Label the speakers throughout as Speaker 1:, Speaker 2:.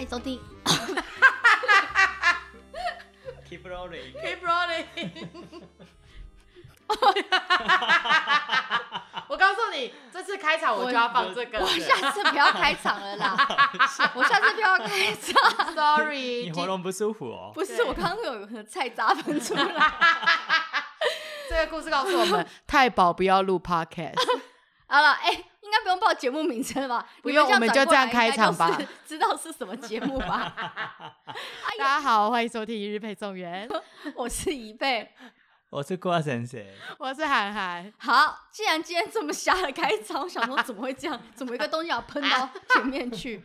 Speaker 1: 迎收听。
Speaker 2: Keep rolling。
Speaker 3: Keep rolling 我告诉你，这次开场我就要放这个。
Speaker 1: 我下次不要开场了 啦，我下次不要开场。
Speaker 3: Sorry，
Speaker 2: 你喉咙不舒服哦？
Speaker 1: 不是，我刚刚有个菜渣喷出 来。
Speaker 3: 这个故事告诉我们，太保不要录 podcast。
Speaker 1: 好了，哎、应该不用报节目名称了吧？
Speaker 3: 不用
Speaker 1: 你们这样转过来
Speaker 3: 我们就这样开场吧
Speaker 1: 应该就是 知道是什么节目吧？哎
Speaker 3: 大家好，欢迎收听一日配送员，
Speaker 1: 我是一贝。
Speaker 2: 我是郭先生，
Speaker 3: 我是涵涵。
Speaker 1: 好，既然今天这么瞎的开场，我想说怎么会这样？怎么一个东西要喷 到前面去？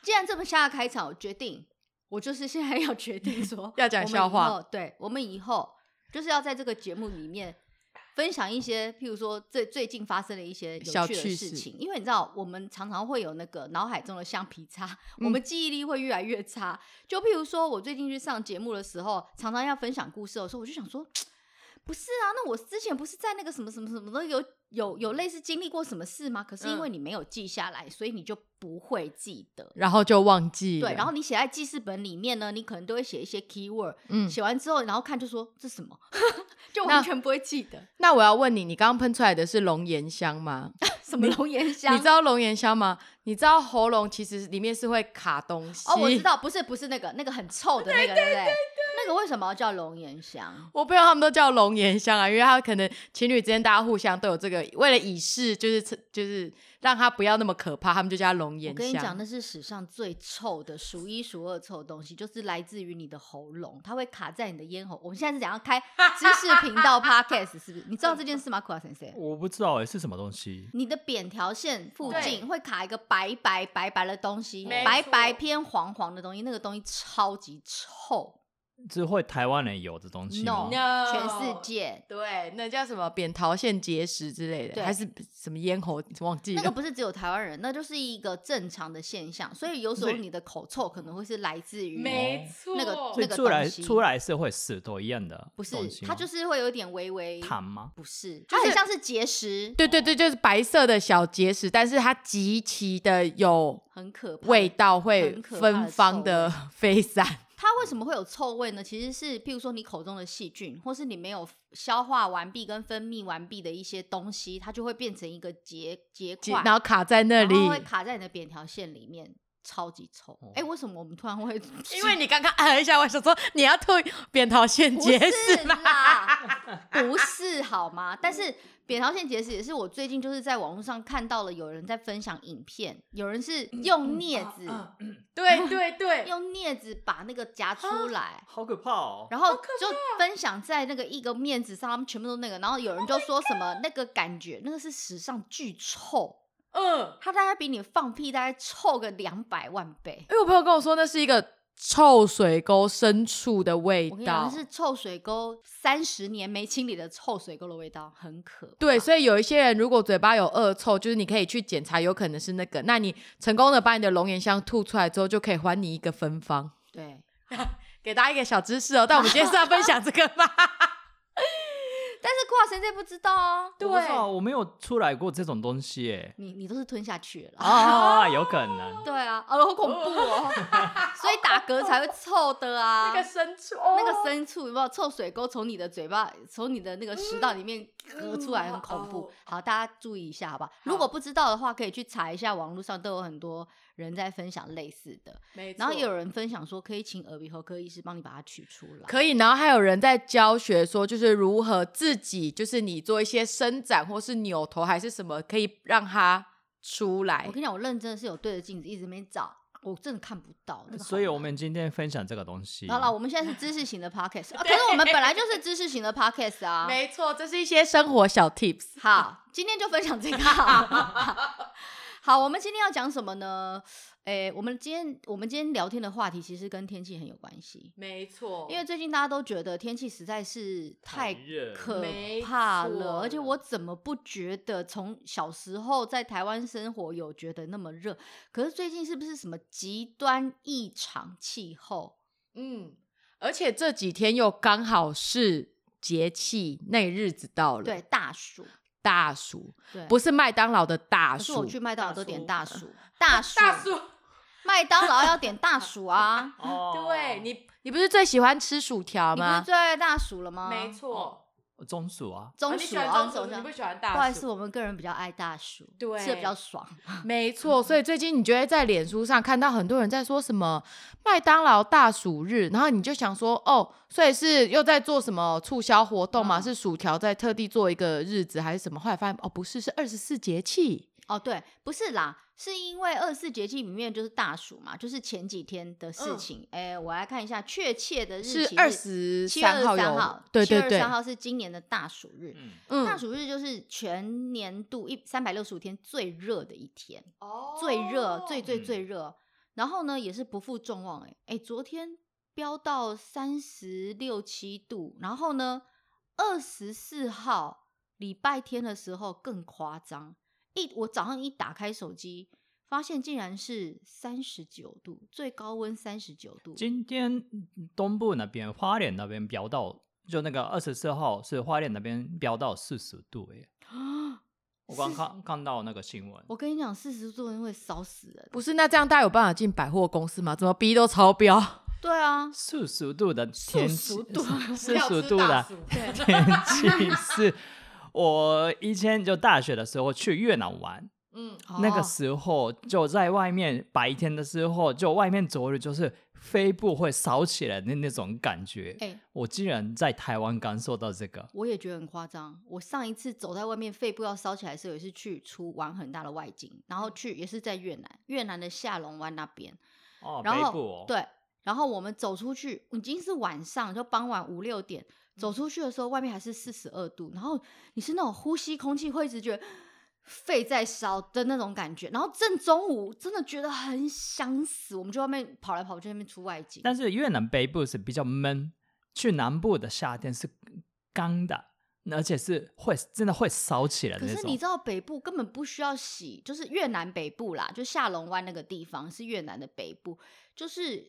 Speaker 1: 既然这么瞎的开场，我决定，我就是现在要决定说
Speaker 3: 要讲
Speaker 1: 我们
Speaker 3: 笑话
Speaker 1: 以后。对，我们以后就是要在这个节目里面分享一些，譬如说最最近发生的一些有
Speaker 3: 小
Speaker 1: 趣的
Speaker 3: 趣
Speaker 1: 事
Speaker 3: 事
Speaker 1: 情，因为你知道，我们常常会有那个脑海中的橡皮擦，
Speaker 3: 嗯
Speaker 1: 我们记忆力会越来越差。就譬如说，我最近去上节目的时候，常常要分享故事的时候，我就想说，不是啊，那我之前不是在那个什么什么什么都有有有类似经历过什么事吗？可是
Speaker 3: 嗯
Speaker 1: 因为你没有记下来，所以你就不会记得。
Speaker 3: 然后就忘记了
Speaker 1: 对，然后你写在记事本里面呢，你可能都会写一些 keyword，
Speaker 3: 嗯，
Speaker 1: 写完之后，然后看就说这什么， 就完全不会记得
Speaker 3: 那我要问你，你刚刚喷出来的是龙涎香吗？
Speaker 1: 什么龙涎香。
Speaker 3: 你知道龙涎香吗？你知道喉咙其实里面是会卡东西。
Speaker 1: 哦，我知。道，不是不是那个那个很臭的那个，对不对？那个为什么要叫龙涎香？
Speaker 3: 我朋友他们都叫龙涎香啊，因为他可能情侣之间大家互相都有这个，为了以示就是就是让他不要那么可怕，他们就叫龙涎香。
Speaker 1: 我跟你讲，那是史上最臭的数一数二臭的东西，就是来自于你的喉咙，它会卡在你的咽喉。我们现在是想要 开知识频道 podcast，是不是？你知道这件事吗，苦瓜先生？
Speaker 2: 我不知道哎，是什么东西？
Speaker 1: 你的扁条线附
Speaker 3: 对
Speaker 1: 近会卡一个白白白白的东西，
Speaker 3: 没
Speaker 1: 白
Speaker 3: 错
Speaker 1: 白偏黄黄的东西，那个东西超级臭
Speaker 2: 只会台湾人有的东西
Speaker 1: No
Speaker 2: 吗
Speaker 3: No
Speaker 1: 全世界
Speaker 3: 对，那叫什么扁桃腺结石之类
Speaker 1: 对
Speaker 3: 的，还是什么咽喉忘记
Speaker 1: 那个
Speaker 3: 了？
Speaker 1: 不是只有台湾人，那就是一个正常的现象。所以有时候
Speaker 2: 对
Speaker 1: 你的口臭可能会是来自于
Speaker 2: 没
Speaker 3: 错
Speaker 1: 那个
Speaker 2: 所以
Speaker 1: 那个
Speaker 2: 出来
Speaker 1: 东西
Speaker 2: 出来是会死都一样的
Speaker 1: 不
Speaker 2: 东西吗，
Speaker 1: 是，它就是会有一点微微，
Speaker 2: 痰吗？
Speaker 1: 不是，它
Speaker 3: 就是
Speaker 1: 很像是结石，
Speaker 3: 对对对，就是白色的小结石，但是它极其的有
Speaker 1: 很可怕。
Speaker 3: 味道，会
Speaker 1: 很可怕的
Speaker 3: 芬芳的飞散。
Speaker 1: 它为什么会有臭味呢？其实是譬如说你口中的细菌，或是你没有消化完毕跟分泌完毕的一些东西，它就会变成一个结结块，
Speaker 3: 然后卡在那里，
Speaker 1: 然后会卡在你的扁条线里面，超级臭。哎、
Speaker 2: 哦
Speaker 1: 为什么我们突然会？
Speaker 3: 因为你刚刚按了一下，我想说你要吐扁桃腺
Speaker 1: 不
Speaker 3: 结石
Speaker 1: 是啦，不是好吗？但 是扁桃腺结石也是我最近就是在网络上看到了有人在分享影片，有人是用嗯镊
Speaker 3: 啊
Speaker 1: 子、
Speaker 3: 嗯 对对对，
Speaker 1: 用镊子把那个夹出来。
Speaker 2: 好可怕哦！
Speaker 1: 然后就分享在那个一个面子上，他们全部都那个，然后有人就说什么、那个感觉，那个是史上巨臭，
Speaker 3: 嗯，
Speaker 1: 它大概比你放屁大概臭个两百万倍。
Speaker 3: 因为我朋友跟我说那是一个臭水沟深处的味
Speaker 1: 我跟你
Speaker 3: 道
Speaker 1: 讲，，是臭水沟三十年没清理的臭水沟的味道，很可怕。
Speaker 3: 对，所以有一些人如果嘴巴有恶臭，就是你可以去检查，有可能是那个。那你成功的把你的龙涎香吐出来之后，就可以还你一个芬芳。
Speaker 1: 对，
Speaker 3: 给大家一个小知识哦，但我们今天是要分享这个 吗？
Speaker 1: 但是挂神这不知道啊，
Speaker 2: 我不知道，我没有出来过这种东 西哎。
Speaker 1: 你你都是吞下去了。
Speaker 2: 啊，有可能。
Speaker 1: 对啊，哦，好恐怖哦， 所以打嗝才会臭的啊。
Speaker 3: 深处，哦
Speaker 1: 那个深处有没有臭水沟从你的嘴巴、从你的那个食道里面咳出来，
Speaker 3: 嗯
Speaker 1: 很恐怖
Speaker 3: 哦。
Speaker 1: 好，大家注意一下，好吧？如果不知道的话，可以去查一下，网络上都有很多人在分享类似的。然后也有人分享说，可以请耳鼻喉科医师帮你把它取出来。
Speaker 3: 可以，然后还有人在教学说，就是如何自己，就是你做一些伸展或是扭头还是什么，可以让它出来
Speaker 1: 我。跟你讲，我认真的是有对着镜子一直没找，我真的看不到。那个好
Speaker 2: 所以
Speaker 1: 难
Speaker 2: 我们今天分享这个东西。
Speaker 1: 好了，我们现在是知识型的 podcast，、啊、可 是我们本来就是知识型的 podcast 啊。
Speaker 3: 没错，这是一些生活小 tips。
Speaker 1: 好，今天就分享这 个。好，我们今天要讲什么呢？诶、我们今天我们今天聊天的话题其实跟天气很有关系，
Speaker 3: 没错
Speaker 1: 因为最近大家都觉得天气实在是太
Speaker 2: 热
Speaker 1: 可
Speaker 3: 没
Speaker 1: 怕
Speaker 3: 错
Speaker 1: 了，而且我怎么不觉得从小时候在台湾生活有觉得那么热？可是最近是不是什么极端异常气候？
Speaker 3: 嗯，而且这几天又刚好是节气，那日子到了，
Speaker 1: 对，，大暑，
Speaker 3: 大暑，
Speaker 1: 对，
Speaker 3: 不是麦当劳的大
Speaker 1: 可是
Speaker 3: 暑，
Speaker 1: 我去麦当劳
Speaker 2: 大
Speaker 1: 都点
Speaker 2: 叔
Speaker 1: 大暑，大暑，
Speaker 3: 暑，
Speaker 1: 麦当劳要点大薯啊，
Speaker 2: 哦
Speaker 3: 对你，你不是最喜欢吃薯条
Speaker 1: 你不是
Speaker 3: 吗？
Speaker 1: 最爱大薯了吗？哦
Speaker 3: 没错，哦
Speaker 2: 中暑啊，
Speaker 1: 中
Speaker 3: 你喜
Speaker 1: 薯
Speaker 3: 欢
Speaker 1: 啊，
Speaker 3: 中
Speaker 1: 走
Speaker 3: 薯，
Speaker 1: 这
Speaker 3: 你
Speaker 1: 样
Speaker 3: 不喜欢
Speaker 1: 不好
Speaker 3: 大
Speaker 1: 意
Speaker 3: 薯
Speaker 1: 思，。我们个人比较爱大薯，
Speaker 3: 对
Speaker 1: 吃的比较爽。
Speaker 3: 没错，所以最近你就会在脸书上看到很多人在说什么麦当劳大暑日，然后你就想说哦，所以是又在做什么促销活动吗？
Speaker 1: 嗯
Speaker 3: 是薯条在特地做一个日子还是什么？后来发现哦，不是，是二十四节气。
Speaker 1: 哦，对，不是啦，是因为二十四节气里面就是大暑嘛，就是前几天的
Speaker 3: 嗯
Speaker 1: 事情。哎、我来看一下确切的日
Speaker 3: 是
Speaker 1: 期，
Speaker 3: 二十
Speaker 1: 七月二
Speaker 3: 三
Speaker 1: 十
Speaker 3: 号
Speaker 1: 三
Speaker 3: 有
Speaker 1: 号，，
Speaker 3: 对
Speaker 1: 七月二
Speaker 3: 对
Speaker 1: 十
Speaker 3: 对
Speaker 1: 三，号是今年的大暑日。
Speaker 2: 嗯，
Speaker 1: 大
Speaker 3: 嗯，
Speaker 1: 暑日就是全年度一三百六十五天最热的一天，
Speaker 3: 哦
Speaker 1: 最热、最最
Speaker 2: 嗯
Speaker 1: 最热。然后呢，也是不负众望、欸，哎昨天飙到三十六七度，然后呢，二十四号礼拜天的时候更夸张，一我早上一打开手机，发现竟然是三十九度，最高温三十九度，
Speaker 2: 今天东部那边花莲那边飙到，就那个二十四号是花莲那边飙到四十度耶，我刚看看到那个新闻，
Speaker 1: 我跟你讲，四十度人会烧死人。
Speaker 3: 不是，那这样大家有办法进百货公司吗？怎么逼都超 标？
Speaker 1: 对啊，
Speaker 2: 四十度的天气
Speaker 1: 40度，
Speaker 2: 四十度的
Speaker 3: 啊
Speaker 1: 对，
Speaker 2: 天气是。 我以前就大学的时候去越南玩，
Speaker 3: 嗯，
Speaker 2: 那个
Speaker 1: 哦
Speaker 2: 时候就在外面白天的时候，就外面走路就是肺部会烧起来的那种感觉。
Speaker 1: 哎、
Speaker 2: 我竟然在台湾感受到这个，
Speaker 1: 我也觉得很夸张。我上一次走在外面，肺部要烧起来的时候，也是去出玩很大的外景，然
Speaker 2: 嗯
Speaker 1: 后去也是在越南，越南的下龙湾那边。
Speaker 2: 哦，
Speaker 1: 然后、
Speaker 2: 背部哦，
Speaker 1: 对，然后我们走出去，已经是晚上，就傍晚五六点
Speaker 2: 嗯
Speaker 1: 走出去的时候，外面还是四十二度，然后你是那种呼吸空气会一直觉得。肺在烧的那种感觉，然后正中午真的觉得很想死，我们就外面跑来跑去，那边出外景。
Speaker 2: 但是越南北部是比较闷，去南部的夏天是干的，而且是会真的会烧起来的
Speaker 1: 可
Speaker 2: 那
Speaker 1: 是你
Speaker 2: 种
Speaker 1: 知。道北部根本不需要洗，就是越南北部啦，就下龙湾那个地方是越南的北部，就是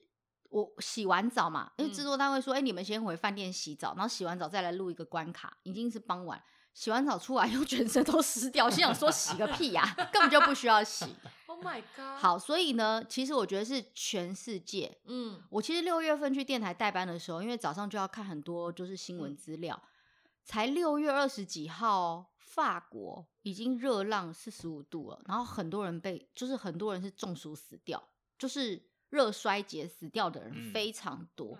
Speaker 1: 我洗完澡嘛，因为制
Speaker 3: 嗯
Speaker 1: 作单位说，哎、你们先回饭店洗澡，然后洗完澡再来录一个关卡，已经是傍晚，洗完澡出来 又全身都湿掉，心想说洗个屁呀、 根本就不需要 洗。
Speaker 3: ，Oh my god，，
Speaker 1: 好，所以呢，其实我觉得是全世界
Speaker 3: 嗯，
Speaker 1: 我其实六月份去电台代班的时候，因为早上就要看很多就是新闻
Speaker 3: 嗯
Speaker 1: 资料，才六月二十几号哦，法国已经热浪四十五度了，然后很多人被就是很多人是中暑死掉，就是热衰竭死掉的人
Speaker 2: 嗯
Speaker 1: 非常多。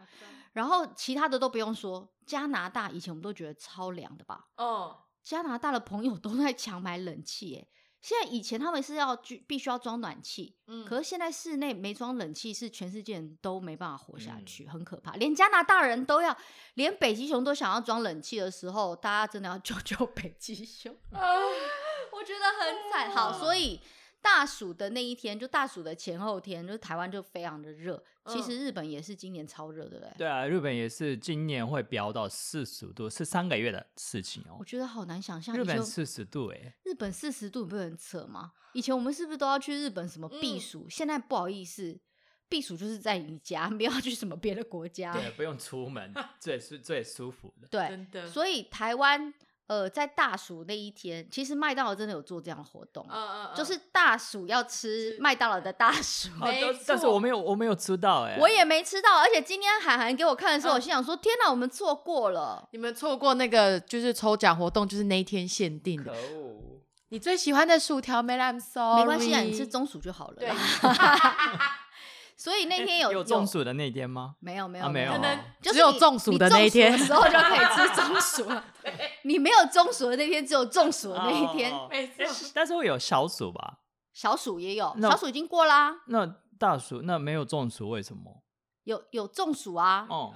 Speaker 1: 然后其他的都不用说，加拿大以前我们都觉得超凉的吧，
Speaker 3: 哦，
Speaker 1: 加拿大的朋友都在 抢买冷气耶、现在以前他们是要去必须要装暖气，
Speaker 3: 嗯
Speaker 1: 可是现在室内没装冷气，是全世界人都没办法活
Speaker 2: 嗯
Speaker 1: 下去，很可怕。连加拿大人都要，连北极熊都想要装冷气的时候，大家真的要救救 北极熊，
Speaker 2: 啊
Speaker 1: 我觉得很惨。好，所以大暑的那一天，就大暑的前后天，就是台湾就非常的热。其实日本也是今年超热的嘞，
Speaker 2: 嗯对啊，日本也是今年会飙到四十度，是三个月的事情哦
Speaker 1: 我。觉得好难想象。
Speaker 2: 日
Speaker 1: 以前
Speaker 2: 本四十度哎，
Speaker 1: 日本四十度，你不觉得很扯吗？以前我们是不是都要去日本什么避
Speaker 3: 嗯
Speaker 1: 暑？现在不好意思，避暑就是在你家， 没有要去什么别的国家。
Speaker 2: 对，啊不用 出门，最是最舒服的。
Speaker 1: 对，
Speaker 3: 真的，以，
Speaker 1: 所以台湾呃，在大暑那一天，其实麦当劳真的有做这样的活动，
Speaker 3: 嗯
Speaker 1: 就是大暑要吃
Speaker 3: 吃
Speaker 1: 麦当劳的大暑。
Speaker 2: 哦
Speaker 3: 没
Speaker 2: 但但是
Speaker 3: 错
Speaker 2: 我没有我没有吃到哎，
Speaker 1: 我也没吃到，而且今天韩寒给我看的时候，
Speaker 3: 嗯
Speaker 1: 我心想说：“天哪，我们错过了。
Speaker 3: 你们错过那个就是抽奖活动，就是那一天限定
Speaker 2: 可
Speaker 3: 的。
Speaker 2: 恶。
Speaker 3: 你最喜欢的薯条没啦？I'm sorry，
Speaker 1: 没关系啊，你吃 中暑就好了
Speaker 3: 对
Speaker 1: 啦。，所以那天有
Speaker 2: 哎有中暑的那天吗？
Speaker 1: 没有没
Speaker 2: 啊
Speaker 1: 有
Speaker 2: 没有
Speaker 3: 可能
Speaker 1: 就是
Speaker 3: 只有
Speaker 1: 你
Speaker 3: 中暑
Speaker 1: 你
Speaker 3: 的那一天
Speaker 1: 中暑的时候就可以吃 中啊暑了。你没有中暑的那天，只有中暑的那一天。
Speaker 2: 哦
Speaker 3: 没错
Speaker 2: 但是但是会有小暑吧？
Speaker 1: 小暑也有，
Speaker 2: 那
Speaker 1: 小暑已经过啦，
Speaker 2: 那大暑那没有中暑为什么？
Speaker 1: 有有中暑啊，
Speaker 2: 哦，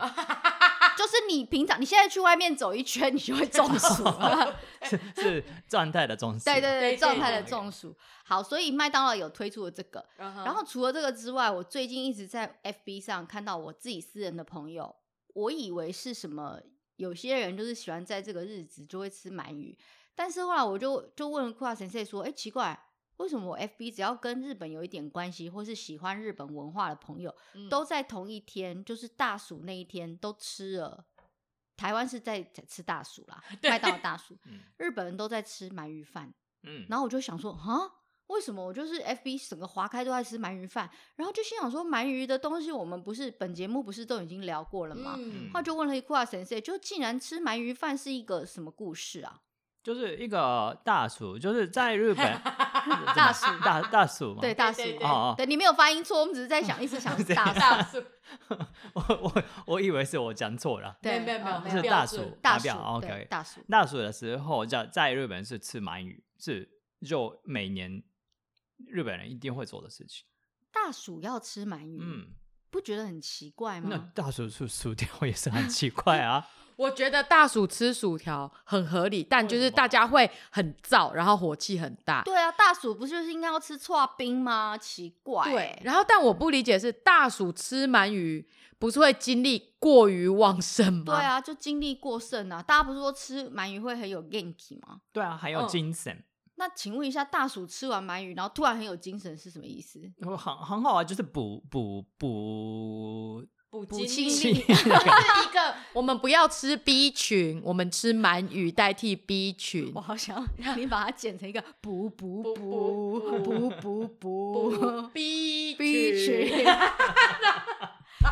Speaker 1: 就是你平常你现在去外面走一圈，你就会 中暑了。
Speaker 2: 是 是状态的中暑。
Speaker 1: 对对
Speaker 3: 对
Speaker 1: 对，嗯
Speaker 3: 对
Speaker 1: 状态的
Speaker 2: 对
Speaker 1: 中暑。好，所以麦当劳有推出了这个。然
Speaker 3: 然
Speaker 1: 后除了这个之外，我最近一直在 FB 上看到我自己私人的朋友，我以为是什么，有些人就是喜欢在这个日子就会吃鳗鱼，但是后来我就就问库拉先生说，哎，奇怪，为什么我 FB 只要跟日本有一点关系，或是喜欢日本文化的朋友，
Speaker 2: 嗯
Speaker 3: 嗯
Speaker 1: 都在同一天，就是大暑那一天都吃了。台湾是在吃大 暑啦，麦当劳大暑，
Speaker 2: 嗯
Speaker 1: 日本人都在吃鳗鱼饭，
Speaker 2: 嗯，
Speaker 1: 然后我就想说，啊，为什么我就是 FB 整个划开都在吃鳗鱼饭，然后就心想说鳗鱼的东西我们不是本节目不是都已经聊过了吗？
Speaker 2: 嗯
Speaker 1: 他就问了一库啊神社，就竟然吃鳗鱼饭是一个什么故事啊？
Speaker 2: 就是一个大鼠，就是在日本
Speaker 1: 大鼠
Speaker 2: 大大鼠嘛，
Speaker 1: 对，大叔，
Speaker 3: 对对
Speaker 2: 哦哦，
Speaker 1: 对你没有发音错，我们只是在想，一直 想是大叔，
Speaker 3: 大叔，
Speaker 2: 我我我以为是我讲错了，
Speaker 1: 对，
Speaker 3: 没有没有
Speaker 1: 嗯
Speaker 3: 没有
Speaker 2: 是
Speaker 3: 标
Speaker 2: 大
Speaker 3: 准
Speaker 2: 鼠，
Speaker 1: 大
Speaker 2: 啊不要
Speaker 1: 叔，对
Speaker 2: ，OK，
Speaker 1: 大叔，
Speaker 2: 大暑的时候，在在日本是吃鳗鱼，是就每年日本人一定会做的事情。
Speaker 1: 大叔要吃鳗鱼，
Speaker 2: 嗯，
Speaker 1: 不觉得很奇怪
Speaker 2: 那
Speaker 1: 吗？
Speaker 2: 大暑吃薯条也是很奇怪 啊。
Speaker 3: 我觉得大鼠吃薯条很合理，但就是大家会很燥，然后火气很大。
Speaker 1: 对啊，大叔不是就是应该要吃搓冰吗？奇怪、欸，
Speaker 3: 然后但我不理解是大鼠吃鳗鱼不是会精力过于旺盛吗？
Speaker 1: 对，啊，就精力过剩啊！大家不是说吃鳗鱼会很有 ganky 吗？
Speaker 2: 对啊，还有
Speaker 1: 哦
Speaker 3: 嗯
Speaker 2: 精神，
Speaker 1: 那请问一下，大叔吃完鳗鱼，然后突然很有精神是什么意思？
Speaker 2: 很很好啊，就是补补补
Speaker 3: 补
Speaker 1: 补精力
Speaker 2: 气。
Speaker 3: 是一个，我们不要吃 B 群，我们吃鳗鱼代替 B 群
Speaker 1: 我。好 想你把它剪成一个 补补补
Speaker 3: 补补
Speaker 1: 补补补
Speaker 3: B
Speaker 1: B 群。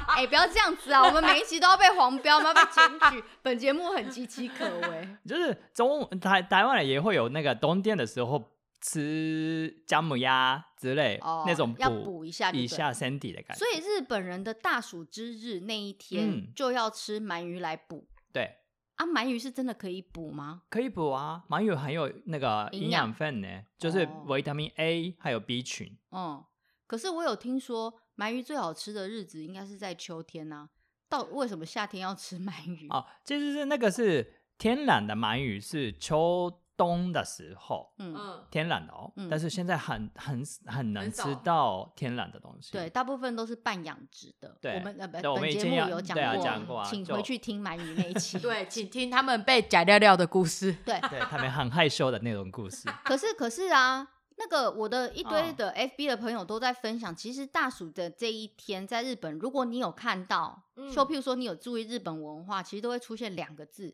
Speaker 1: 哎、不要这样子啊！我们每一集都要被黄标吗？被检 举，本节目很岌岌可危。
Speaker 2: 就是中台台湾人也会有那个冬天的时候吃姜母鸭之类、
Speaker 1: 哦
Speaker 2: 那种
Speaker 1: 要补一下就对
Speaker 2: 一下身体的感觉
Speaker 1: 所。以日本人的大暑之日那一天
Speaker 2: 嗯
Speaker 1: 就要吃鳗鱼来补、
Speaker 2: 对，
Speaker 1: 啊！鳗鱼是真的可以补吗？
Speaker 2: 可以补啊，鳗鱼含有那个
Speaker 1: 营
Speaker 2: 营
Speaker 1: 养
Speaker 2: 养分呢，就是
Speaker 1: 哦
Speaker 2: 维他命 A 还有 B 群。
Speaker 1: 嗯，可是我有听说鳗鱼最好吃的日子应该是在秋天呐、到为什么夏天要吃鳗鱼？
Speaker 2: 哦，其实是那个是天然的鳗鱼，是秋冬的时候
Speaker 1: 嗯，
Speaker 3: 嗯，
Speaker 2: 天然的哦，
Speaker 1: 嗯
Speaker 2: 但是现在很很很难
Speaker 3: 很少
Speaker 2: 吃到天然的东西。
Speaker 1: 对，，大部分都是半养殖的。
Speaker 2: 对
Speaker 1: 我们呃不，
Speaker 2: 对我们
Speaker 1: 本
Speaker 2: 以
Speaker 1: 节
Speaker 2: 前
Speaker 1: 目
Speaker 2: 要
Speaker 1: 有讲
Speaker 2: 对
Speaker 1: 过，
Speaker 2: 啊讲过啊
Speaker 1: 请
Speaker 2: 就
Speaker 1: 回去听鳗鱼那一 期。
Speaker 3: 对，请听他们被假料料的故事。
Speaker 1: 对，
Speaker 2: 对他们很害羞的那种 故事。
Speaker 1: 可是可是啊。那个我的一堆
Speaker 2: 嗯
Speaker 1: 的 FB 的朋友都在分享，其实大暑的这一天在日本，如果你有看到，
Speaker 3: 嗯？
Speaker 1: 就譬如说你有注意日本文化，其实都会出现两个字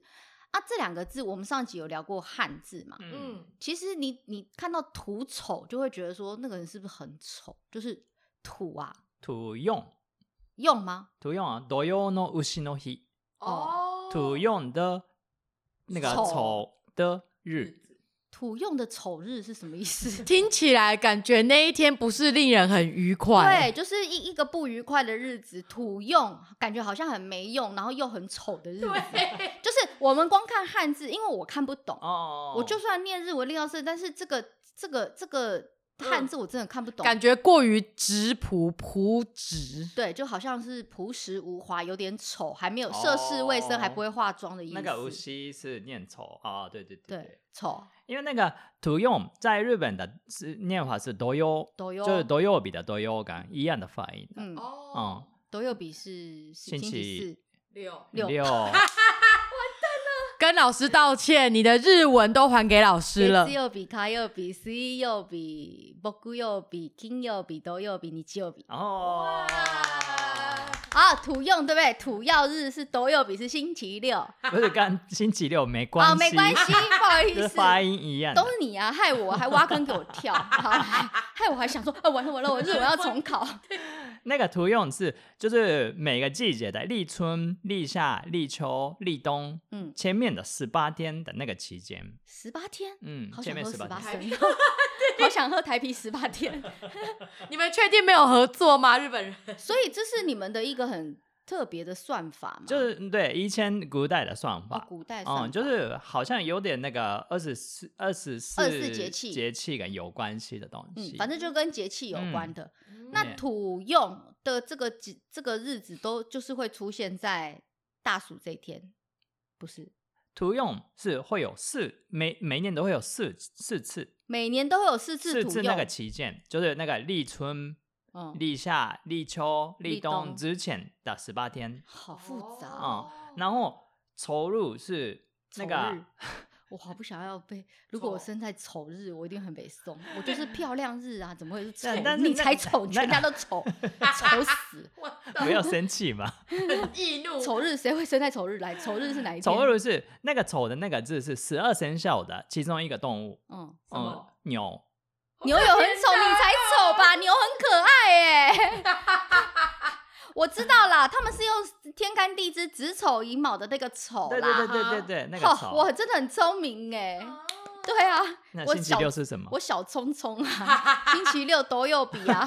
Speaker 1: 啊，这两个字我们上集有聊过汉字嘛，
Speaker 2: 嗯，
Speaker 1: 其实你你看到土丑，就会觉得说那个人是不是很丑？就是土啊，
Speaker 2: 土用
Speaker 1: 用吗？
Speaker 2: 土用啊，土用の牛の日，
Speaker 1: 哦
Speaker 2: 土用的那个
Speaker 1: 丑
Speaker 2: 丑的日，
Speaker 1: 土用的丑日是什么意思
Speaker 3: 听起来感觉那一天不是令人很愉快。
Speaker 1: 对，就是一一个不愉快的日子，土用感觉好像很没用，然后又很丑的日子。就是我们光看汉字，因为我看不懂，
Speaker 2: 哦，
Speaker 1: 我就算念日文练到是，但是这个这个这个汉
Speaker 2: 嗯
Speaker 1: 字我真的看不懂。
Speaker 3: 感觉过于直朴朴直。
Speaker 1: 对，就好像是朴实无华，有点丑，还没有涉世未深，还不会化妆的意思。
Speaker 2: 哦那个无锡是念丑啊，对对对
Speaker 1: 对，丑
Speaker 2: 因为那个土用在日本的是念法是多优，
Speaker 1: 都有，
Speaker 2: 就是多优比的多优感一样的发音的。
Speaker 1: 嗯，
Speaker 3: 哦
Speaker 2: 嗯，
Speaker 1: 都有比是星
Speaker 2: 星
Speaker 1: 期
Speaker 2: 期
Speaker 1: 四，
Speaker 3: 六，
Speaker 1: 六
Speaker 2: 六
Speaker 3: 跟老师道歉，你的日文都还给老师了
Speaker 1: 月。曜日、火曜日、水曜日、木曜日、金曜日、土曜日、日曜日。
Speaker 2: 哦，
Speaker 1: 啊，土用对不对？土曜日是土曜日，是星期六。啊，
Speaker 2: 不是跟星期六没关系，
Speaker 1: 没关 系，不好意
Speaker 2: 就是
Speaker 1: 思，
Speaker 2: 发音一样的
Speaker 1: 都。是你啊，害我还挖坑给我跳，好，害我还想说，啊，完了完了，我日 文要重考。
Speaker 2: 那个土用是就是每个季节的立春、立夏、立秋、立冬，
Speaker 1: 嗯
Speaker 2: 前面的十八天的那个期间，
Speaker 1: 十八天，
Speaker 2: 嗯，
Speaker 1: 好想
Speaker 2: 前面
Speaker 1: 喝
Speaker 2: 十
Speaker 1: 十
Speaker 2: 八
Speaker 1: 八
Speaker 2: 天。
Speaker 1: 天， 好想喝台啤十八天。
Speaker 3: 你们确定没有合作吗？日本人？
Speaker 1: 所以这是你们的一个很特别的算法嘛？
Speaker 2: 就是对以前古代的算
Speaker 1: 哦
Speaker 2: 法，，
Speaker 1: 古代算法
Speaker 2: 嗯，就是好像有点那个二十四、二十四
Speaker 1: 24节气
Speaker 2: 节气跟有关系的东
Speaker 1: 嗯
Speaker 2: 西。，
Speaker 1: 反正就跟节气有关
Speaker 2: 嗯
Speaker 1: 的。那
Speaker 2: 对
Speaker 1: 土用的这个节这个日子都就是会出现在大暑这一天，不是？
Speaker 2: 土用是会有四，每每年都会有四四次，
Speaker 1: 每年都会有四次
Speaker 2: 四
Speaker 1: 土
Speaker 2: 次
Speaker 1: 用，
Speaker 2: 那个期间，就是那个立春、
Speaker 1: 嗯，
Speaker 2: 立夏、立秋、
Speaker 1: 立
Speaker 2: 立
Speaker 1: 冬
Speaker 2: 冬之前的十八天，
Speaker 1: 好复杂哦。
Speaker 2: 哦然后丑日是那
Speaker 1: 丑
Speaker 2: 个啊
Speaker 1: 日我好不想要被，如果我
Speaker 3: 丑
Speaker 1: 生在丑日，我一定很北宋。我 就是漂亮日啊，怎么会是丑
Speaker 2: 但？但是
Speaker 1: 你
Speaker 2: 那
Speaker 1: 才丑，
Speaker 2: 那
Speaker 1: 全家都 丑，丑死！
Speaker 2: 不要生气嘛。
Speaker 3: 易怒
Speaker 1: 丑日谁会生在丑日来？丑日是哪一天？
Speaker 2: 丑日是那个丑的那个字是十二生肖的其中一个动物，
Speaker 1: 嗯，
Speaker 3: 什么
Speaker 2: 嗯，牛。
Speaker 1: 牛有很丑，你才丑吧？牛很可爱哎、我知道啦，他们是用天干地支子丑寅卯的那个丑啦。
Speaker 2: 对对对对对对，那个
Speaker 1: 哦
Speaker 2: 草。
Speaker 1: 我真的很聪明哎、
Speaker 3: 哦
Speaker 1: 对啊，
Speaker 2: 那
Speaker 1: 我
Speaker 2: 星期
Speaker 1: 小
Speaker 2: 六是什么？
Speaker 1: 我小聪聪啊，星期六都有比 啊。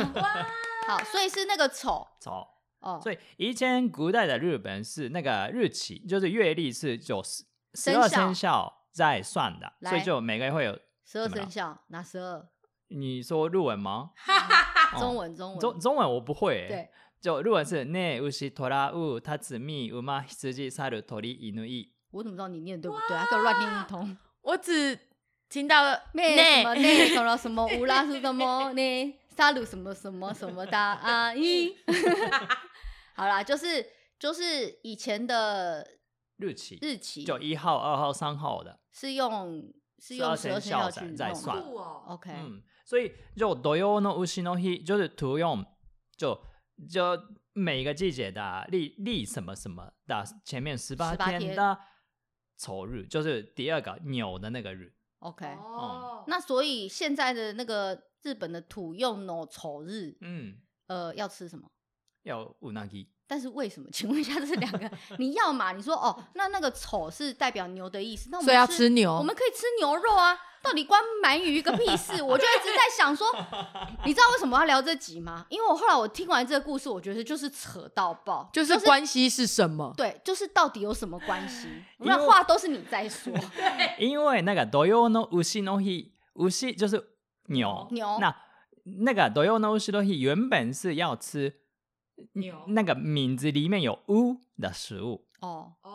Speaker 1: 好，所以是那个丑
Speaker 2: 草。
Speaker 1: 哦，
Speaker 2: 所以以前古代的日本是那个日期，就是月历是有十
Speaker 1: 生
Speaker 2: 十二
Speaker 1: 肖
Speaker 2: 生肖在算的，所
Speaker 1: 来
Speaker 2: 以就每个月会有。
Speaker 1: 十二
Speaker 2: 怎么了
Speaker 1: 生肖哪十二？
Speaker 2: 你说日文吗？哦
Speaker 1: 中文中文
Speaker 2: 中中文我不会、欸。
Speaker 1: 对，
Speaker 2: 就日文是ね、牛、虎、乌、タツ、ミ、ウマ、羊、猿、鳥、犬、イ。
Speaker 1: 我怎么知道你念对不对？他给我乱念一通。
Speaker 3: 我只听到了
Speaker 1: 咩什么那什么什么乌拉是什 么呢？沙鲁什么什么什么的啊一。 好啦，就是就是以前的
Speaker 2: 日期
Speaker 1: 日期
Speaker 2: 就一号、二号、三号的。
Speaker 1: 是用是用十
Speaker 2: 十
Speaker 1: 二生
Speaker 2: 二生
Speaker 1: 肖
Speaker 2: 肖
Speaker 1: 去弄
Speaker 2: 在
Speaker 1: 的
Speaker 2: 在 算
Speaker 3: 酷哦，
Speaker 1: OK，
Speaker 2: 嗯，所以就土用の丑の日就是土用，就就每个季节的历历什么什么的前面十八
Speaker 1: 18
Speaker 2: 天
Speaker 1: 天
Speaker 2: 的丑日，就是第二个牛的那个日。
Speaker 1: OK，、
Speaker 2: 哦
Speaker 4: 嗯
Speaker 1: 那所以现在的那个日本的土用呢丑日，
Speaker 2: 嗯，
Speaker 1: 呃，要吃什么？
Speaker 2: 要うなぎ。
Speaker 1: 但是为什么？ 请问一下，这是两个，你要嘛？你说哦，那那个丑是代表牛的意思，那我们
Speaker 3: 所以要吃牛。
Speaker 1: 我们可以吃牛肉啊。到底关鳗鱼个屁事？我就一直在想说，你知道为什么要聊这集吗？因为我后来我听完这个故事，我觉得就是扯到爆，
Speaker 3: 就是关系是什么？
Speaker 1: 对，就是到底有什么关系？
Speaker 2: 因
Speaker 1: 那
Speaker 2: 为
Speaker 1: 话都是你在说，
Speaker 2: 因为那个土用の丑の日，丑就是牛，
Speaker 1: 牛
Speaker 2: 那那个土用の丑の日原本是要吃
Speaker 3: 牛
Speaker 2: 那个名字里面有乌的食物，
Speaker 1: 哦
Speaker 3: 哦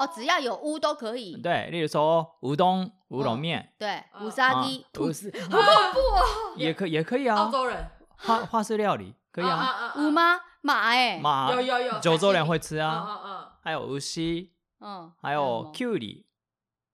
Speaker 1: 哦，只要有乌都可以，
Speaker 2: 对，例如说乌冬、乌
Speaker 1: 嗯
Speaker 2: 龙面，
Speaker 1: 对，
Speaker 3: 嗯
Speaker 1: 五沙鸡
Speaker 2: 啊
Speaker 1: 兔
Speaker 2: 不
Speaker 1: 子
Speaker 2: 是
Speaker 1: 好恐怖哦，
Speaker 2: 也可也可以啊，
Speaker 4: 澳洲人
Speaker 2: 花花式料理可以啊，
Speaker 1: 五？妈马哎，
Speaker 2: 马
Speaker 4: 有有有，
Speaker 2: 九州人会吃
Speaker 4: 啊
Speaker 2: 啊，
Speaker 4: 嗯嗯，
Speaker 2: 还有乌西，
Speaker 1: 嗯，
Speaker 2: 还
Speaker 1: 吗
Speaker 2: 有 Q 里，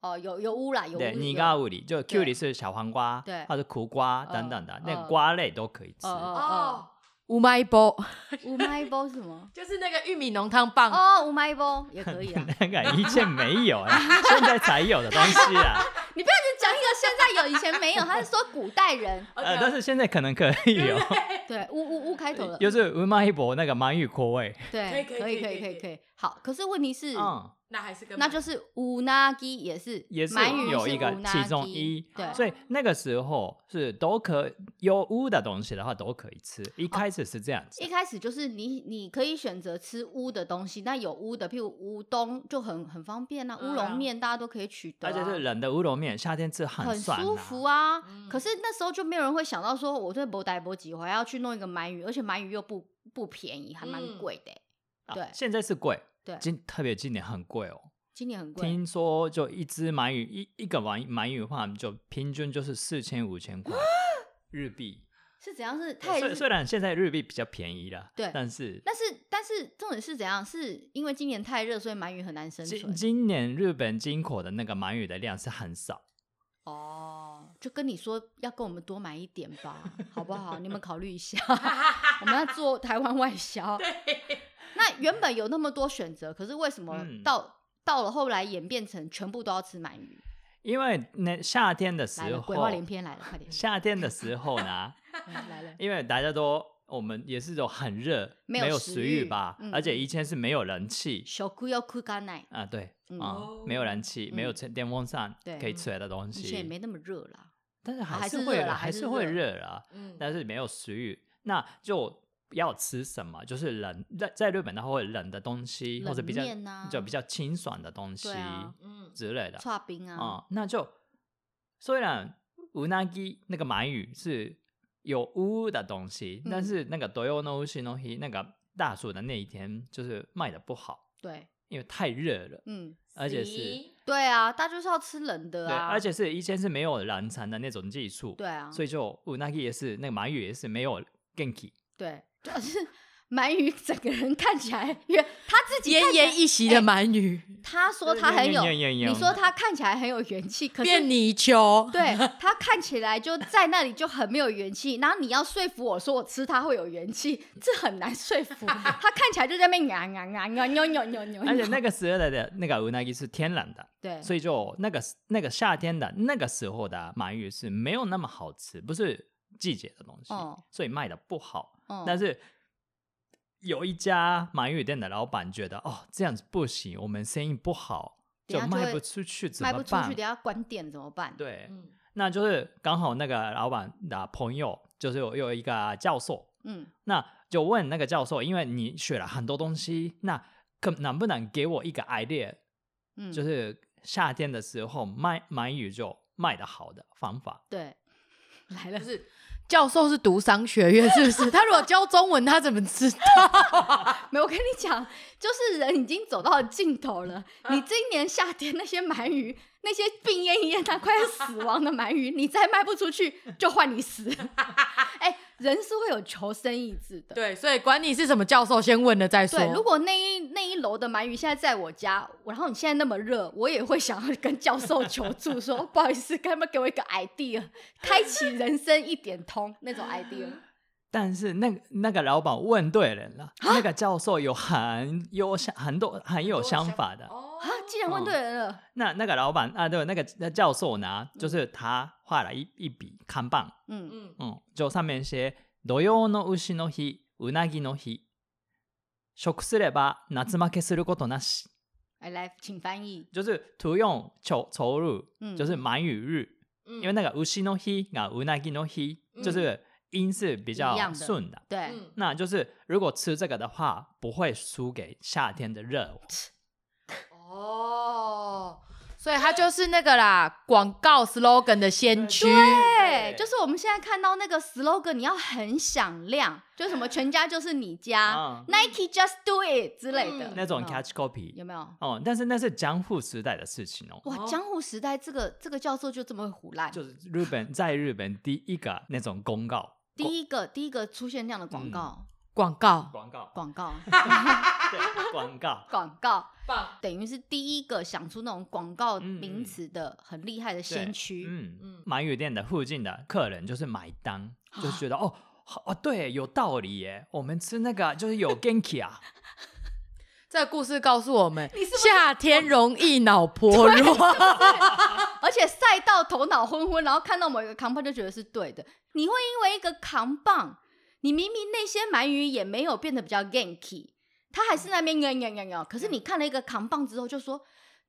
Speaker 1: 哦，有有乌啦，有乌
Speaker 2: 对，尼
Speaker 1: 有
Speaker 2: 嘎乌里，就 Q
Speaker 1: 对
Speaker 2: 里是小黄瓜，
Speaker 1: 对
Speaker 2: 或者苦瓜
Speaker 1: 嗯
Speaker 2: 等等的，那
Speaker 1: 嗯
Speaker 2: 个瓜类都可以吃
Speaker 1: 哦。 哦
Speaker 4: 哦，
Speaker 3: 五麦波，
Speaker 1: 哦，乌麦波是什 么？
Speaker 4: 就是那个玉米浓汤棒，
Speaker 1: 哦，乌麦波也可以啊。
Speaker 2: 那个以前没有啊，现在才有的东西 啊，
Speaker 1: 你不要只讲一个现在有，以前没有，他是说古代人，
Speaker 4: 哦啊
Speaker 2: 呃，但是现在可能可以有，
Speaker 1: 对，乌乌乌开头的，
Speaker 2: 就是乌马一博那个鳗鱼口味，
Speaker 1: 对，
Speaker 4: 可以
Speaker 1: 可以
Speaker 4: 可
Speaker 1: 可
Speaker 4: 以
Speaker 1: 以可
Speaker 4: 可
Speaker 1: 以
Speaker 4: 以
Speaker 1: 可以。好，可是问题是，
Speaker 2: 嗯，
Speaker 4: 那还是跟
Speaker 1: 那就是乌纳基也是，
Speaker 2: 也是
Speaker 1: 鳗鱼
Speaker 2: 有
Speaker 1: 是
Speaker 2: 一个
Speaker 1: 乌纳
Speaker 2: 其中
Speaker 1: 基
Speaker 2: 一
Speaker 1: 对，
Speaker 2: 所以那个时候是都可有乌的东西的话都可以吃，一开始是这样子
Speaker 1: 哦一，开始就是你，你可以选择吃乌的东西，那有乌的，譬如乌冬就很很方便啊，
Speaker 4: 嗯
Speaker 1: 乌龙面大家都可以取得、啊，
Speaker 2: 而且是冷的乌龙面，夏天吃很
Speaker 1: 很
Speaker 2: 酸、嗯啊，
Speaker 1: 舒服啊。可是那时候就没有人会想到说，我对博代博吉，我还要去弄一个鳗鱼，而且鳗鱼又不不便宜，还蛮
Speaker 4: 嗯
Speaker 1: 贵的欸、
Speaker 2: 啊
Speaker 1: 对
Speaker 2: 现在是贵，
Speaker 1: 对
Speaker 2: 今特别今年很贵哦。
Speaker 1: 今年很贵，
Speaker 2: 听说就一只鳗鱼，一一个鳗鳗鱼的话，就平均就是四千五 千块日币。
Speaker 1: 是怎样？是太
Speaker 2: 虽虽然现在日币比较便宜了，
Speaker 1: 对
Speaker 2: 但是
Speaker 1: 但是但是重点是怎样？是因为今年太热，所以鳗鱼很难生
Speaker 2: 今
Speaker 1: 存
Speaker 2: 今年日本进口的那个鳗鱼的量是很少。
Speaker 1: 哦。就跟你说要跟我们多买一点吧，好不好？你们考虑一下，我们要做台湾外销。那原本有那么多选择，可是为什么
Speaker 2: 嗯
Speaker 1: 到、到了后来演变成全部都要吃鳗鱼？
Speaker 2: 因为那夏天的
Speaker 1: 来
Speaker 2: 时
Speaker 1: 了，
Speaker 2: 候
Speaker 1: 鬼，话连篇来了，快点、
Speaker 2: 夏天的时候呢，
Speaker 1: 嗯来了。
Speaker 2: 因为大家都我们也是有很热，
Speaker 1: 没
Speaker 2: 没
Speaker 1: 有食
Speaker 2: 食
Speaker 1: 欲
Speaker 2: 吧，
Speaker 1: 嗯
Speaker 2: 而且以前是没有人气，
Speaker 1: 小姑要哭干奶，
Speaker 2: 啊，对
Speaker 1: 嗯
Speaker 2: 啊，没有燃气，没有吹电风扇
Speaker 1: 对嗯
Speaker 2: 可以吹的东
Speaker 1: 以前也
Speaker 2: 西，
Speaker 1: 没那么热啦。
Speaker 2: 但是
Speaker 1: 还
Speaker 2: 是
Speaker 1: 是
Speaker 2: 会
Speaker 1: 热啦还
Speaker 2: 还
Speaker 1: 是
Speaker 2: 是会
Speaker 1: 热
Speaker 2: 热啦，
Speaker 4: 嗯
Speaker 2: 但是没有食欲，那就要吃什么？就是冷，在在日本的话会冷的东西，或者比较
Speaker 1: 冷面啊
Speaker 2: 就比较清爽的东西
Speaker 1: 对啊
Speaker 4: 嗯
Speaker 2: 之类的
Speaker 1: 刨冰啊，
Speaker 2: 啊，那就虽然乌纳基那个鳗鱼是有乌的东西，但
Speaker 1: 嗯
Speaker 2: 是那个 d o y o n o s h i n o h i 那个大暑的那一天就是卖的不好，
Speaker 1: 对，
Speaker 2: 因为太热了，
Speaker 1: 嗯，
Speaker 2: 而且是。
Speaker 1: 对啊，大家就是要吃冷的
Speaker 2: 对，
Speaker 1: 啊，
Speaker 2: 而且是以前是没有燃产的那种技术，
Speaker 1: 对啊，
Speaker 2: 所以就乌那个也是那个鳗鱼也是没有 genki，
Speaker 1: 对，就是鳗鱼整个人看起来越他自己看
Speaker 3: 奄
Speaker 1: 起来
Speaker 3: 奄一息的鳗
Speaker 4: 哎
Speaker 3: 鱼
Speaker 1: 他说他很有，
Speaker 2: 有有有有
Speaker 1: 你说他看起来很有元气，可
Speaker 3: 变
Speaker 1: 是。
Speaker 3: 泥鳅，
Speaker 1: 对他看起来就在那里就很没有元气，然后你要说服我说我吃它会有元气，这很难说服。他看起来就在那边啊啊啊扭扭扭扭扭，
Speaker 2: 而且那个时候的那个乌那个是天然的，
Speaker 1: 对
Speaker 2: 所以就那个那个夏天的那个时候的鳗鱼是没有那么好吃，不是季节的东西，
Speaker 1: 哦
Speaker 2: 所以卖的不好。
Speaker 1: 嗯
Speaker 2: 但是有一家鳗鱼店的老板觉得，哦，这样子不行，我们生意不好，
Speaker 1: 等
Speaker 2: 就
Speaker 1: 下就
Speaker 2: 卖
Speaker 1: 会
Speaker 2: 不出去，怎
Speaker 1: 卖
Speaker 2: 么
Speaker 1: 不出
Speaker 2: 办？
Speaker 1: 去，等下关店怎么办？，
Speaker 2: 对，
Speaker 4: 嗯
Speaker 2: 那就是刚好那个老板的朋友，就是有有一个教授，
Speaker 1: 嗯，
Speaker 2: 那就问那个教授，因为你学了很多东西，那可能不能给我一个 idea，、
Speaker 1: 嗯
Speaker 2: 就是夏天的时候卖鳗鱼就卖的好的方法？
Speaker 1: 对，来了，
Speaker 3: 不是教授是读商学院是 不是？他如果教中文，他怎么知道？
Speaker 1: 没有，我跟你讲，就是人已经走到了尽头了。
Speaker 2: 嗯
Speaker 1: 你今年夏天那些鳗鱼，那些病恹恹、它快要死亡的鳗鱼，你再卖不出去，就换你死。 哎、人是会有求生意志的。
Speaker 3: 对，所以管你是什么教授，先问了再说。
Speaker 1: 对，如果那一那一楼的鳗鱼现在在我家，我然后你现在那么热，我也会想要跟教授求助说， 不好意思，可不可以给我一个 idea，开启人生一点通那种 idea。
Speaker 2: 但是那个那个老板问对人了，那个教授有很有想很多很有想法的。
Speaker 4: 哦
Speaker 1: 啊，既然问对人了，
Speaker 2: 那那个老板啊，对，那个那教授呢，就是他画了一一笔看板，
Speaker 1: 嗯，
Speaker 4: 嗯，
Speaker 2: 嗯，就上面写土曜の牛の日、うなぎの日、食すれば夏負けすることなし。
Speaker 1: 来来，请翻译。
Speaker 2: 就是土用丑丑日，
Speaker 1: 嗯
Speaker 2: 就是满语日，
Speaker 4: 嗯
Speaker 2: 因为那个无西诺希啊，无奈吉诺希，就是音是比
Speaker 1: 一
Speaker 2: 较
Speaker 1: 样的
Speaker 2: 顺的。
Speaker 1: 对，
Speaker 4: 嗯
Speaker 2: 那就是如果吃这个的话，不会输给夏天的热。
Speaker 3: 哦，所以他就是那个啦，广告 slogan 的先驱。
Speaker 1: 对，就是我们现在看到那个 slogan，你要很响亮，就什么全家就是你家、
Speaker 2: 嗯
Speaker 1: n i k e just do it 之类的、
Speaker 4: 嗯
Speaker 2: 那种
Speaker 1: 有没有
Speaker 2: catch copy
Speaker 1: 有没有？
Speaker 2: 哦，但是那是江户时代的事情哦，
Speaker 1: 哇，
Speaker 4: 哦
Speaker 1: 江户时代这个这个教授就这么会胡烂，
Speaker 2: 就是日本在日本第一个那种公告
Speaker 1: 第一个第一个出现这样的
Speaker 2: 嗯
Speaker 1: 广告，
Speaker 3: 广告
Speaker 2: 广告，
Speaker 1: 广告，
Speaker 2: 对 广告，
Speaker 1: 广告，
Speaker 4: 棒，
Speaker 1: 等于是第一个想出那种广告
Speaker 2: 嗯嗯
Speaker 1: 名词的很厉害的先驱。
Speaker 2: 嗯
Speaker 4: 嗯，
Speaker 2: 鳗鱼店的附近的客人就是买单，
Speaker 1: 啊
Speaker 2: 就是觉得哦。好哦，对，有道理耶。我们吃那个就是有 genki 啊，
Speaker 3: 这个故事告诉我们，
Speaker 1: 是不是
Speaker 3: 夏天容易脑薄弱。
Speaker 1: 而且晒到头脑昏昏，然后看到某一个扛棒就觉得是对的。你会因为一个扛棒，你明明那些鳗鱼也没有变得比较 ganky，它还是那边呀呀呀呀。可是你看了一个扛棒之后，就说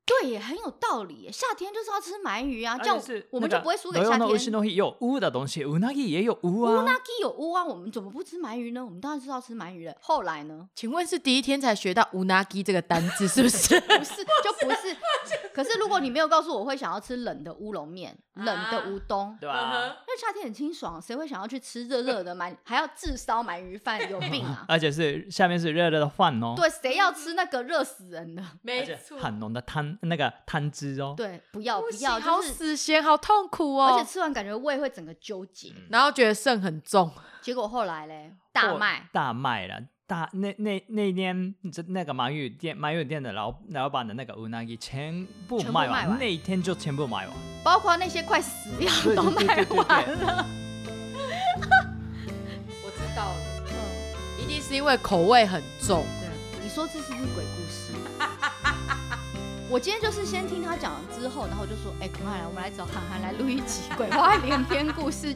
Speaker 1: 对也很有道理耶，夏天就是要吃鳗鱼啊，这样
Speaker 2: 是
Speaker 1: 我们就不会输给夏
Speaker 2: 那个啊
Speaker 1: 天。
Speaker 2: 东西有乌的东西，乌那也有乌啊。
Speaker 1: 那鸡有乌啊，我们怎么不吃鳗鱼呢？我们当然是要吃鳗鱼了。后来呢？
Speaker 3: 请问是第一天才学到“无拿鸡”这个单字是 不是？
Speaker 1: 不是，就不 是。可是如果你没有告诉我会想要吃冷的乌龙面、冷
Speaker 2: 啊
Speaker 1: 的乌冬，
Speaker 2: 对吧？
Speaker 1: 因为夏天很清爽，谁会想要去吃热热的鳗，还要自烧鳗鱼饭？有病啊！
Speaker 2: 而且是下面是热热的饭哦，
Speaker 1: 对，谁要吃那个热死人的？
Speaker 2: 而
Speaker 4: 没
Speaker 2: 且
Speaker 4: 错，
Speaker 2: 很浓的汤那个汤汁哦。
Speaker 1: 对，不要
Speaker 3: 不
Speaker 1: 不
Speaker 3: 行
Speaker 1: 要，
Speaker 3: 好
Speaker 1: 就是
Speaker 3: 死咸，好痛苦
Speaker 1: 而
Speaker 3: 哦嗯
Speaker 1: 且。吃完感觉胃会整个纠结。
Speaker 3: 然后觉得肾很重，
Speaker 1: 结果后来嘞，
Speaker 2: 或
Speaker 1: 大卖，
Speaker 2: 大卖了。大那那那天，这那个鳗鱼店鳗鱼店的老老板的那个乌那给全部
Speaker 1: 全部
Speaker 2: 卖
Speaker 1: 卖完
Speaker 2: 那一天就全部卖完。
Speaker 1: 包括那些快死掉
Speaker 2: 对
Speaker 1: 都
Speaker 2: 对对
Speaker 1: 卖
Speaker 2: 对对
Speaker 1: 完
Speaker 2: 对
Speaker 1: 了。
Speaker 4: 我知道了，
Speaker 1: 嗯
Speaker 3: 一定是因为口味很重。
Speaker 1: 对，你说这是不是鬼故事？ 我今天就是先听他讲了之后，然后我就说，哎、孔汉来，我们来找涵涵来录一集鬼话连篇故事